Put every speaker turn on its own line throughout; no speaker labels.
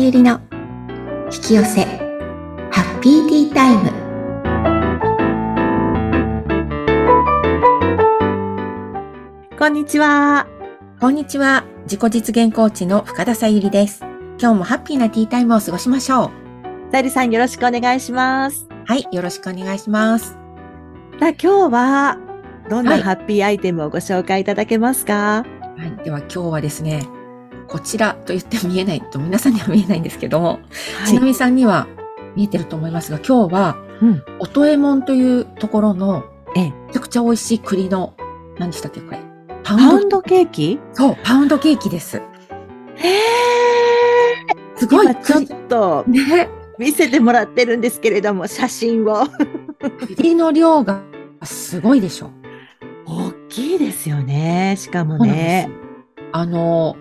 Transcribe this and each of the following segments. ゆりの引き寄せハッピーティータイム
こんにちは。
こんにちは自己実現コーチの深田さゆりです今日もハッピーなティータイムを過ごしましょう
さゆりさんよろしくお願いします。
はいよろしくお願いします
さあ今日はどん
は
ないハッピーアイテムをご紹介いただけますか、
はいでは今日はですねこちらと言っても見えないと皆さんには見えないんですけども、
はい
ちなみさんには見えてると思いますが今日は
うん
音右衛門というところの
ええ
めちゃくちゃ美味しい栗の何でしたっけこれパ
パ
ウ
ウ
ン
ン
ド
ドケーキ
そうパウンドケーキです
へえ。
すごい
今ちょっと
ね
見せてもらってるんですけれども、写真を。
栗の量がすごいでしょ。
大きいですよね。しかも
そうなんで
ね
す。あの、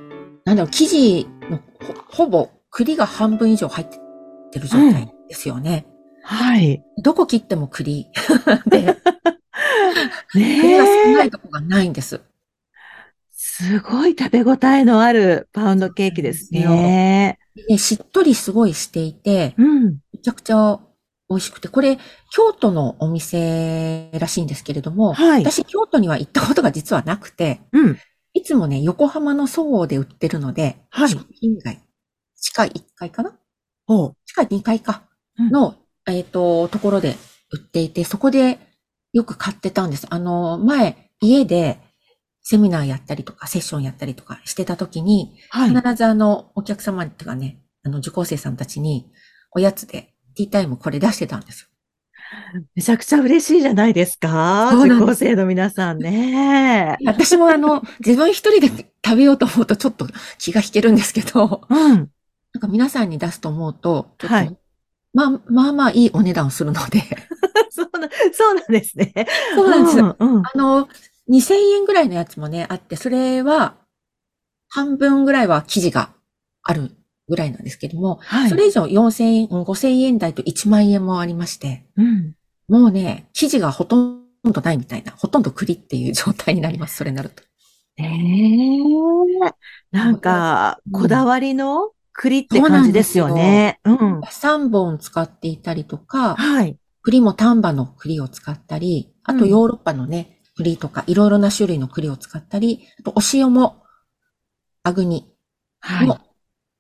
なんだろう、生地のほほぼ栗が半分以上入ってる状態ですよね。
はい。
どこ切っても 栗。栗が少な
ねえ。
いとこがないんです。
すごい食べ応えのあるパウンドケーキです
そうなん
ね。
でしっとりすごいしていて、
うん。
めちゃくちゃ美味しくて、これ、京都のお店らしいんですけれども、
はい。
私、京都には行ったことが実はなくて、
うん。
いつもね、横浜の総合で売ってるので、
はい
商品街、地下1階かな
ほう。
地下2階か、
うん
の、えっ、と、ところで売っていて、そこでよく買ってたんです。あの、前、家でセミナーやったりとか、セッションやったりとかしてた時に、
はい。
必ずあの、お客様っていうかね、あの、受講生さんたちに、おやつで、ティータイムこれ出してたんですよ。
めちゃくちゃ嬉しいじゃないですか。
そうなん
受
で
講生の皆さんね。
私もあの、自分一人で食べようと思うとちょっと気が引けるんですけど、
うん。
なんか皆さんに出すと思うと、ちょっと、
はい
まあ、まあまあいいお値段をするので。
そうな、そうなんですね。
そうなんです。
うん。
あの、2000円ぐらいのやつもね、あって、それは、半分ぐらいは生地があるぐらいなんですけども、
はい。
それ以上4000円、うん5000円台と1万円もありまして、
うん。
もうね、生地がほとんどないみたいな、ほとんど栗っていう状態になります、それになると。
ええなんか、
うん
こだわりの栗って
そうな
感
ん
じ
で
ですす
よ
よね。うん。
3本使っていたりとか、
はい。
栗も丹波の栗を使ったり、あと
うん
ヨーロッパのね、栗とか、いろいろな種類の栗を使ったり、あとお塩も、アグニ
はい
の。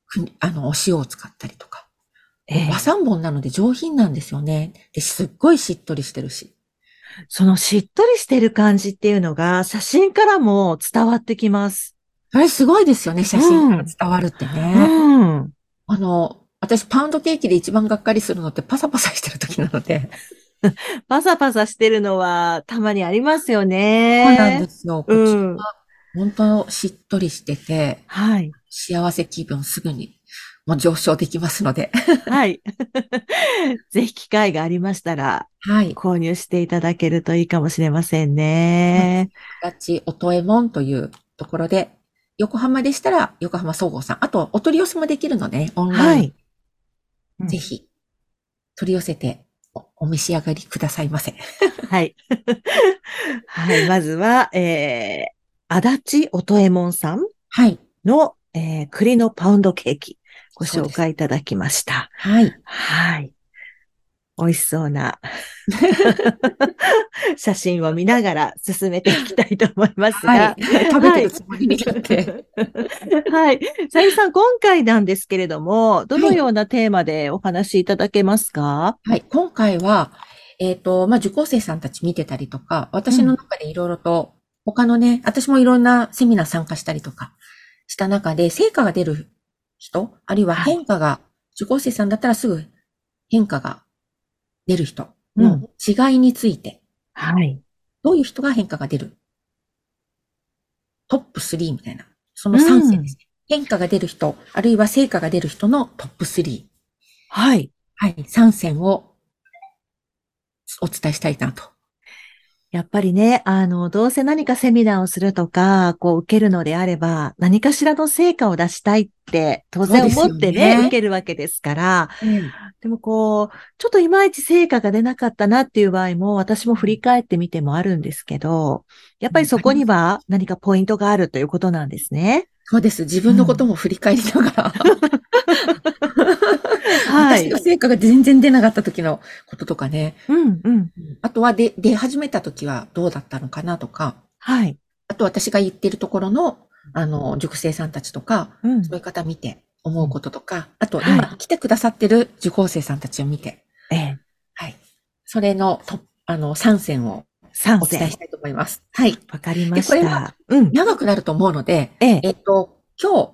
くあの、お塩を使ったりとか。
ええ
和三本なので上品なんですよね。で、すっごいしっとりしてるし。
そのしっとりしてる感じっていうのが、写真からも伝わってきます。
あれすごいですよね、写真から伝わるって
う
ね。
ん。
あの、私、パウンドケーキで一番がっかりするのってパサパサしてる時なので。
パサパサしてるのは、たまにありますよ
そう
ね。
なんですよ。こっち
うん。
本当しっとりしてて、
はい。
幸せ気分すぐにもう上昇できますの で。
はい。ぜひ機会がありましたら、
はい。こ
購入していただけるといいかもしれませんね。
たち、おとえもんというところで、横浜でしたら横浜総合さん。あと、お取り寄せもできるので、ね、オンラ
は
イン
い。うん
ぜひ、取り寄せておお召し上がりくださいませ。
はい。 はい。まずは、えー、足立音右衛門さん
はい。
の、えー栗のパウンドケーキ、ご
そう
紹
です
介いただきました。
はい。
はい。美味しそうな写真を見ながら進めていきたいと思いますが、
はい。 食べてるつもりになって。
はい。さゆりさん、今回なんですけれども、どのようなテーマでお話しいただけますか、
はい。今回は、えっ、と、まあ、受講生さんたち見てたりとか、私の中でいろいろと、他のね、私もいろんなセミナー参加したりとかした中で、成果が出る人、あるいは
はい
変化が、受講生さんだったらすぐ変化が出る人
う
の違いについて、
はい。
どういう人が変化が出るトップ3みたいな。その3選ですね。変化が出る人、あるいは成果が出る人のトップ3。
はい。
はい。3選をお伝えしたいなと。
やっぱりね、あの、どうせ何かセミナーをするとか、こう受けるのであれば、何かしらの成果を出したいって、当然
そうですよね
思ってね、受けるわけですから、でもこう、ちょっといまいち成果が出なかったなっていう場合も、私も振り返ってみてもあるんですけど、やっぱりそこには何かポイントがあるということなんですね。
そうです。自分のことも振り返りながら、
は
私
い
の。成果が全然出なかった時のこととかね。
うん、うん。
あとはで出始めた時はどうだったのかなとか、
はい。
あと私が言ってるところの、あの、塾生さんたちとか、
うん。
そういう方見て思うこととか、あと
は
今来てくださってる受講生さんたちを見て、
ええ。
はい。それのと、あの、3選を
3
お伝え
選
し。たいと思います。はい。
わかりまし
でこれ
た。うん。
長くなると思うので、
ええ。
えっと、今日、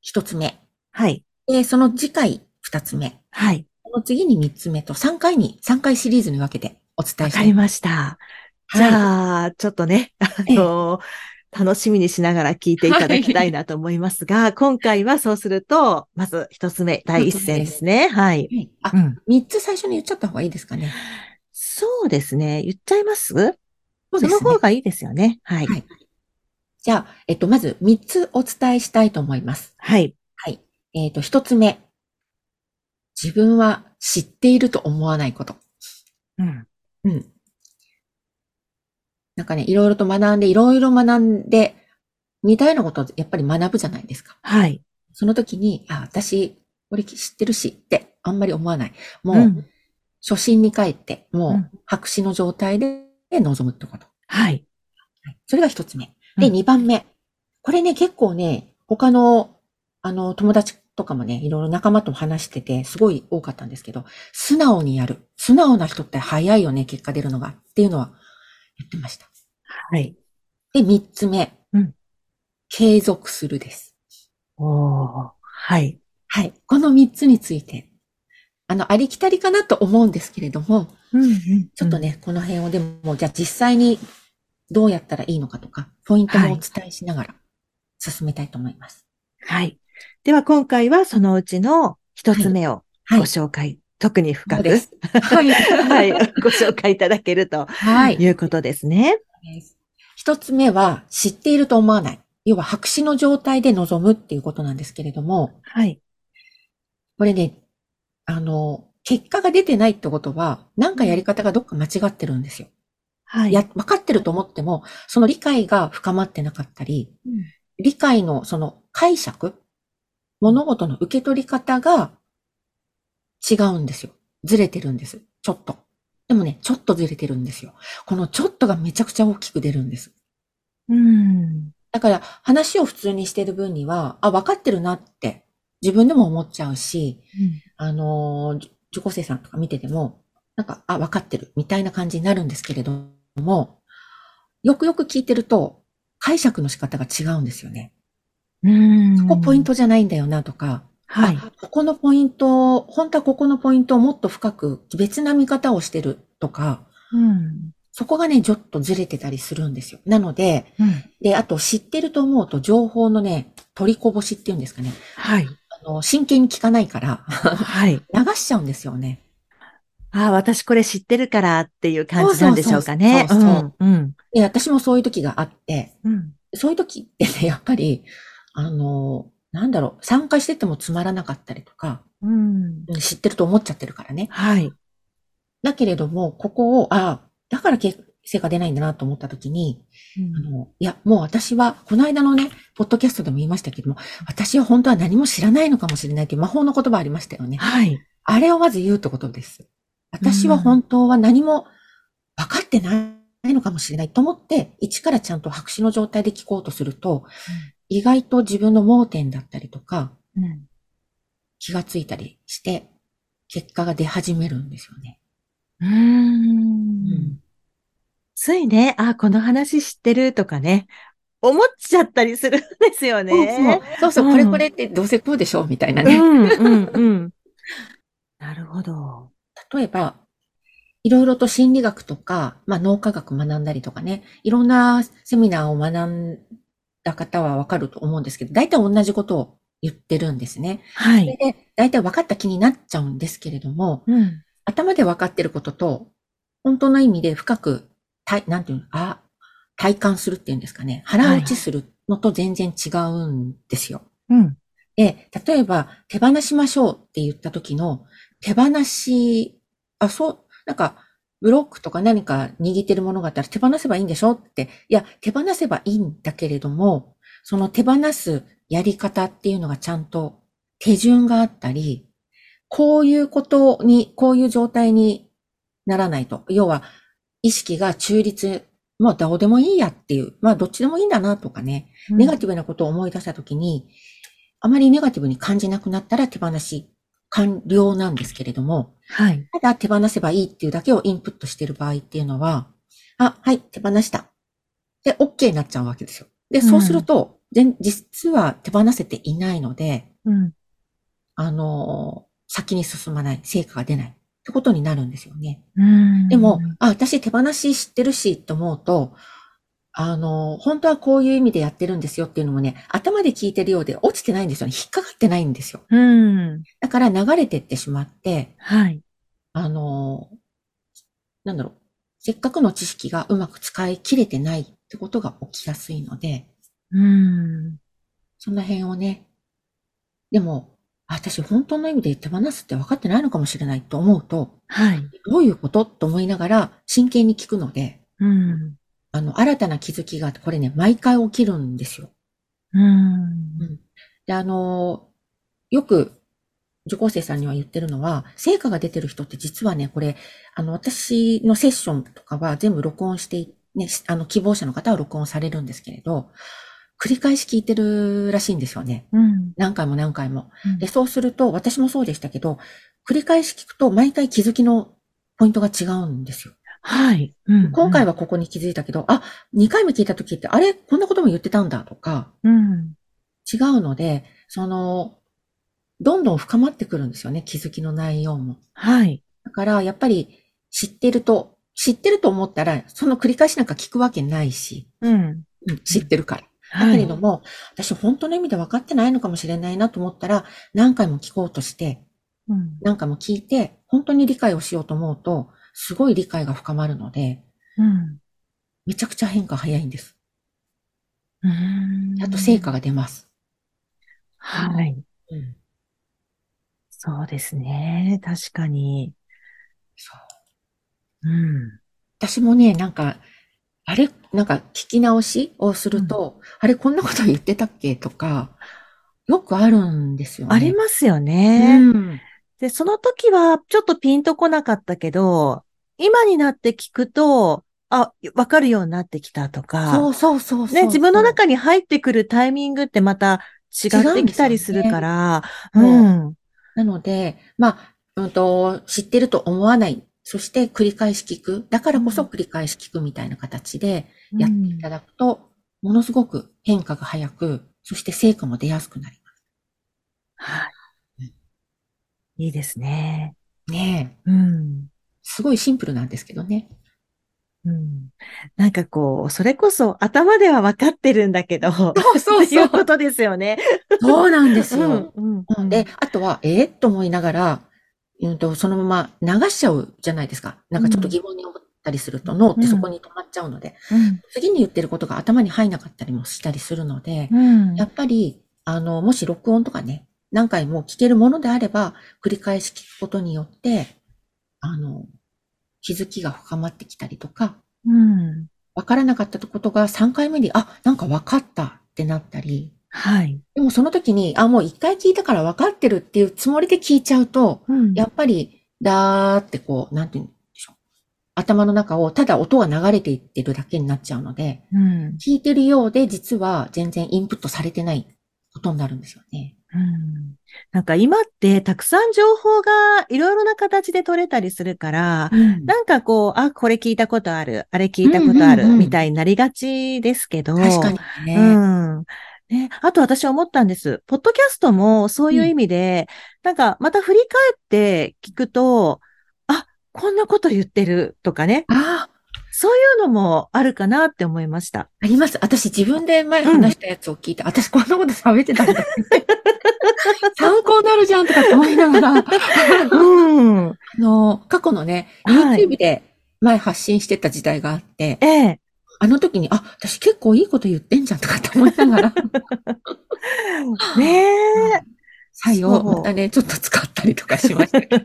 一つ目。
はい。
で、その次回、二つ目。
はい。
その次に三つ目と、三回に、三回シリーズに分けてお伝え
わ
し
か
た
り
い。
ました。じ
はい。
ゃあ、ちょっとね、あの、楽しみにしながら聞いていただきたいなと思いますが、今回はそうすると、まず一つ目、第一戦ですね。はい。
はいあ
う、ん。
三つ最初に言っちゃった方がいいですかね。
そうですね。言っちゃいます
そう
そ
です
の
ね。
方がいいですよね。はい。
はいじゃあ、えっと、まず三つお伝えしたいと思います。
はい。
はい。えっと、一つ目。自分は知っていると思わないこと。
うん。
うん。なんかね、いろいろと学んで、いろいろ学んで、似たようなことをやっぱり学ぶじゃないですか。
はい。
その時に、あ、私、これ知ってるしって、あんまり思わない。もう、
うん
初心に帰って、
う
も
ん
う、白紙の状態で臨むってこと。
はい。
はいそれが一つ目。で、
うん
二番目。これね、結構ね、他の、あの、友達とかもね、いろいろ仲間とも話してて、すごい多かったんですけど、素直にやる。素直な人って早いよね、結果出るのが。っていうのは言ってました。
はい。
で、三つ目。
うん
継続するです。
おー。はい。
はい。この三つについて。あの、ありきたりかなと思うんですけれども、
うんうん。
ちょっと。ね、この辺をでも、じゃあ実際にどうやったらいいのかとか、ポイントもお伝えしながら進めたいと思います。
はい。では、今回はそのうちの一つ目を
は
ご
い。
紹介、特に深
そう
く
で、す。はい。
は。
はい
ご紹介いただけると
はい。
いうことですね。
一つ目は、知っていると思わない。要は、白紙の状態で臨むっていうことなんですけれども、
はい。
これね、あの、結果が出てないってことは、なんかやり方がどっか間違ってるんですよ。
はい。
や、分かってると思っても、その理解が深まってなかったり、
うん
理解のその解釈、物事の受け取り方が違うんですよ。ずれてるんです。ちょっと。でもね、ちょっとずれてるんですよ。このちょっとがめちゃくちゃ大きく出るんです。
うん。
だから話を普通にしてる分には、あ、分かってるなって自分でも思っちゃうし、あのー、じ受講生さんとか見てても、なんか、あ、分かってるみたいな感じになるんですけれども、よくよく聞いてると解釈の仕方が違うんですよね。
うん。
ここポイントじゃないんだよなとか、
はい。
あここのポイントを、本当はここのポイントをもっと深く別な見方をしてるとか、
うん。
そこがね、ちょっとずれてたりするんですよ。なので、で、あと知ってると思うと情報のね、取りこぼしっていうんですかね。
はい。
あの、真剣に聞かないから、
はい。
流しちゃうんですよね。
ああ、私これ知ってるからっていう感じなんでしょうかね。
そうそうそうそう
うん。うん。
で、私もそういう時があって、
うん。
そういう時ってね、 やっぱり、あの、なんだろう、参加しててもつまらなかったりとか、
うん。
うん知ってると思っちゃってるからね。
はい。
だけれども、ここを、ああ、だから結成果出ないんだなと思った時に、あの、いや、もう私は、この間のね、ポッドキャストでも言いましたけども、私は本当は何も知らないのかもしれないっていう魔法の言葉ありましたよね。
はい。
あれをまず言うってことです。私は本当は何も分かってないのかもしれないと思って、一からちゃんと白紙の状態で聞こうとすると、意外と自分の盲点だったりとか、
うん。
気がついたりして、結果が出始めるんですよね。
うん。ついね、ああ、この話知ってるとかね、思っちゃったりするんですよね。
そうそう、そうそう
うん
これこれってどうせこうでしょうみたいな ね。
ん、うん、うん。なるほど。
例えば、いろいろと心理学とか、まあ脳科学学んだりとかね、いろんなセミナーを学んだ方はわかると思うんですけど、大体同じことを言ってるんですね。
は
それ
い。
で、大体分かった気になっちゃうんですけれども、
うん。
頭で分かってることと、本当の意味で深く、体、なんていうの、あ、体感するっていうんですかね。腹落ちするのと全然違うんですよ。
うん。
で、例えば、手放しましょうって言った時の、手放し、あ、そう、なんか、ブロックとか何か握ってるものがあったら手放せばいいんでしょって、いや、手放せばいいんだけれども、その手放すやり方っていうのがちゃんと手順があったり、こういうことに、こういう状態にならないと。要は、意識が中立、まあ、どうでもいいやっていう、まあ、どっちでもいいんだなとかね、
うん
ネガティブなことを思い出したときに、あまりネガティブに感じなくなったら手放し完了なんですけれども、
はい。
ただ手放せばいいっていうだけをインプットしてる場合っていうのは、あ、はい、手放した。で、OK になっちゃうわけですよ。で、そうすると、全実は手放せていないので、
うん。
あのー先に進まない、成果が出ないってことになるんですよね。
うん
でも、あ、私手放し知ってるしと思うと、あのー本当はこういう意味でやってるんですよっていうのもね、頭で聞いてるようで落ちてないんですよね。引っかかってないんですよ。
うん。
だから流れてってしまって、
はい。
あの、なんだろう、せっかくの知識がうまく使い切れてないってことが起きやすいので、
うん。
その辺をね、でも、あ私本当の意味で手放すって分かってないのかもしれないと思うと、
はい。
どういうことと思いながら真剣に聞くので、
うん。
あの、新たな気づきが、これね、毎回起きるんですよ。
うん。
で、あの、よく受講生さんには言ってるのは、成果が出てる人って実はね、これ、あの、私のセッションとかは全部録音して、ね、しあの、希望者の方は録音されるんですけれど、繰り返し聞いてるらしいんですよね。
うん。
何回も何回も。で、そうすると、私もそうでしたけど、繰り返し聞くと、毎回気づきのポイントが違うんですよ。
はい。
今回
は、
はここに気づいたけど、あ、2回目聞いた時って、あれこんなことも言ってたんだとか、
うん。
違うので、その、どんどん深まってくるんですよね、気づきの内容も。
はい。
だから、やっぱり知ってると、知ってると思ったら、その繰り返しなんか聞くわけないし、
うん。
うん知ってるから。
は
だけれども、私本当の意味で分かってないのかもしれないなと思ったら、何回も聞こうとして、
うん。
何回も聞いて、本当に理解をしようと思うと、すごい理解が深まるので、
うん。
めちゃくちゃ変化早いんです。
うん
あと成果。が出ます。
はい。
うん。
そうですね。確かに。
そう。
うん。
私もね、なんか、あれ、なんか聞き直しをすると、あれ、こんなこと言ってたっけとか、よくあるんですよね。
ありますよね。
ね。
で、その時はちょっとピンとこなかったけど、今になって聞くと、あ、わかるようになってきたと
そ
か、
うそうそうそう。
ね、自分の中に入ってくるタイミングってまた違ってきたりするから、う
違うんですよね
ん。
なので、まあ、うんと、知ってると思わない。そして繰り返し聞く。だからこそ繰り返し聞くみたいな形でやっていただくと、ものすごく変化が早く、そして成果も出やすくなりま
はい。いいですね。
す。ねえ。
うん。
すごいシンプルなんですけどね。
うん。なんかこう、それこそ頭ではわかってるんだけど、
そ
そ
うそう
いうことですよね。
そうなんですよ。
うん
うんで、あとは、ええと思いながら、うんと、そのまま流しちゃうじゃないですか。なんかちょっと疑問に思ったりすると、脳ってそこに止まっちゃうので、
うん
次に言ってることが頭に入んなかったりもしたりするので、
うん
やっぱり、あの、もし録音とかね、何回も聞けるものであれば、繰り返し聞くことによって、あの、気づきが深まってきたりとか、
うん。
わからなかったことが3回目に、あ、なんかわかったってなったり、
はい。
でもその時に、あ、もう一回聞いたから分かってるっていうつもりで聞いちゃうと、
うん
やっぱり、だーってこう、なんて言うんでしょう。頭の中を、ただ音が流れていってるだけになっちゃうので、
うん。
聞いてるようで、実は全然インプットされてないことになるんですよね。
うんなんか今ってたくさん情報がいろいろな形で取れたりするから、なんかこう、あ、これ聞いたことある、あれ聞いたことある、
うんうんうん
みたいになりがちですけど。
確かにね。
うん。ね、あと私思ったんです。ポッドキャストもそういう意味で、なんかまた振り返って聞くと、あ、こんなこと言ってるとかね、
ああ、
そういうのもあるかなって思いました。
あります。私自分で前話したやつを聞いて、私こんなこと喋ってたん だ。参考になるじゃんとかって思いながら、
うん。
あの、過去のね、
はい
YouTube で前発信してた時代があって、
ええ。
あの時に、あ、私結構いいこと言ってんじゃんとかって思いなが ら、
ねえ。
採
そ
を
う
またね、ちょっと使ったりとかしま したけど。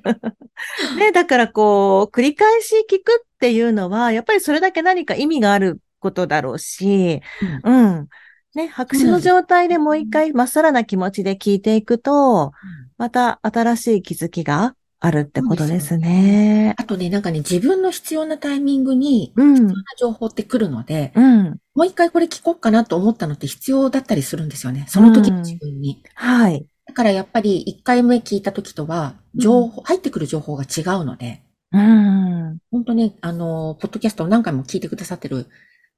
ね、だからこう、繰り返し聞くっていうのは、やっぱりそれだけ何か意味があることだろうし、うん。ね、白紙の状態でもう一回まっさらな気持ちで聞いていくと、また新しい気づきがあるってことですね。
あとね、なんかね、自分の必要なタイミングに、
う
必要
ん
な。情報って来るので、
うん。
もう一回これ聞こうかなと思ったのって必要だったりするんですよね。その時の自分に。
はい。
だからやっぱり一回目聞いた時とは、情報、入ってくる情報が違うので、
うん。
本当ね、あの、ポッドキャストを何回も聞いてくださってる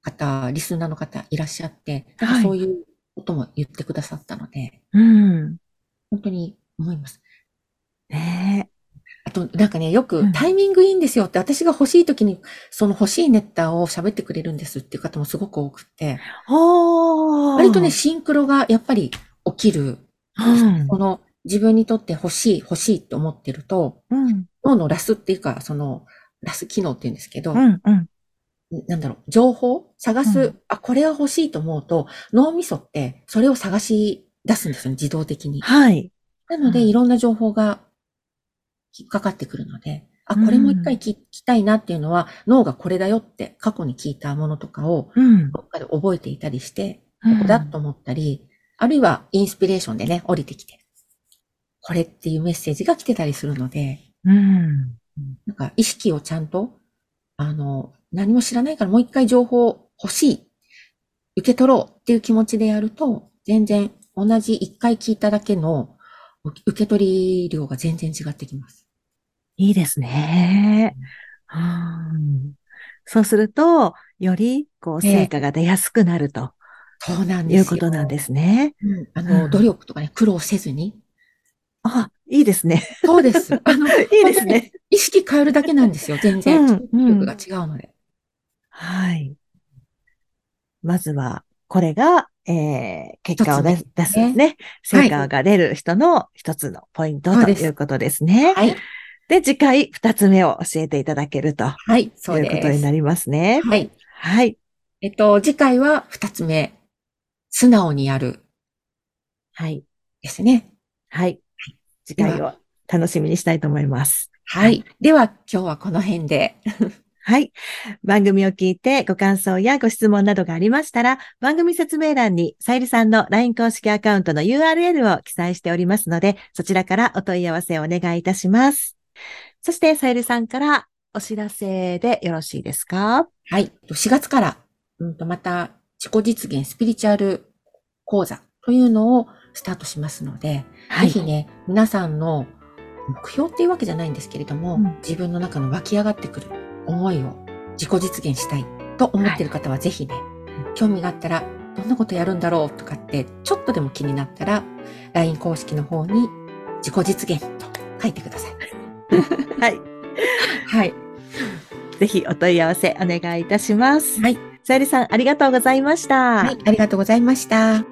方、リスナーの方いらっしゃって、なん
は
か
い
そういうことも言ってくださったので、
うん。
本当に思います。
ね
あと、なんかね、よ
う
く
ん
タイミングいいんですよって、私が欲しい時に、その欲しいネタを喋ってくれるんですっていう方もすごく多くて、
え。おー。
割とね、シンクロがやっぱり起きる。
うん
この自分にとって欲しい、欲しいと思ってると、
うん。
脳のラスっていうか、その、ラス機能って言うんですけど、
うん。うん。
なんだろう、情報探す、
うん
あ、これは欲しいと思うと、脳みそってそれを探し出すんですよね、自動的に。
はい。
なので、
うん
いろんな情報が引っかかってくるので、あ、
うん
これも一回聞きたいなっていうのは、脳がこれだよって過去に聞いたものとかを、
うん。
どっかで覚えていたりして、
うん
ここだと思ったり、あるいはインスピレーションでね、降りてきて、これっていうメッセージが来てたりするので、
うん。
なんか意識をちゃんと、あの、何も知らないからもう一回情報欲しい、受け取ろうっていう気持ちでやると、全然同じ一回聞いただけの受受け取り量が全然違ってきます。
いいですね。うんそうすると、より、こう、
ええ
成果が出やすくなると
そうなんです
い
よ。
うことなんですね。
うんあ
う
の、
ん
努力とかね、苦労せずに。
あ、いいですね。
そう です。あの、
いいです
本当に
ね。
意識変えるだけなんですよ、全然。
うん
記憶力が違うので。
はい。まずは、これが、えー、結果を出す、出すね。成果が出る人の一つのポイント
そう
と
です
いうことですね。
はい。
で、次回、二つ目を教えていただけると
はい、
い
そう
う
です。
ことになりますね。
はい。
はい。
えっと、次回は二つ目。素直にやる
はい。
ですね。
はい。次回を楽しみにしたいと思います。
はい。では、今日はこの辺で。
はい。番組を聞いてご感想やご質問などがありましたら、番組説明欄にさゆりさんの LINE 公式アカウントの URL を記載しておりますので、そちらからお問い合わせをお願いいたします。そして、さゆりさんからお知らせでよろしいですか
はい。4月から、うんと、また、自己実現スピリチュアル講座というのをスタートしますので、
はい。
ぜひね、皆さんの目標っていうわけじゃないんですけれども、
うん
自分の中の湧き上がってくる思いを自己実現したいと思っている方は、ぜひね、興味があったら、どんなことやるんだろうとかって、ちょっとでも気になったら、LINE 公式の方に、自己実現と書いてください。
はい。
はい。
ぜひお問い合わせお願いいたします。
はい。
さゆりさん、ありがとうございました。
はい。ありがとうございました。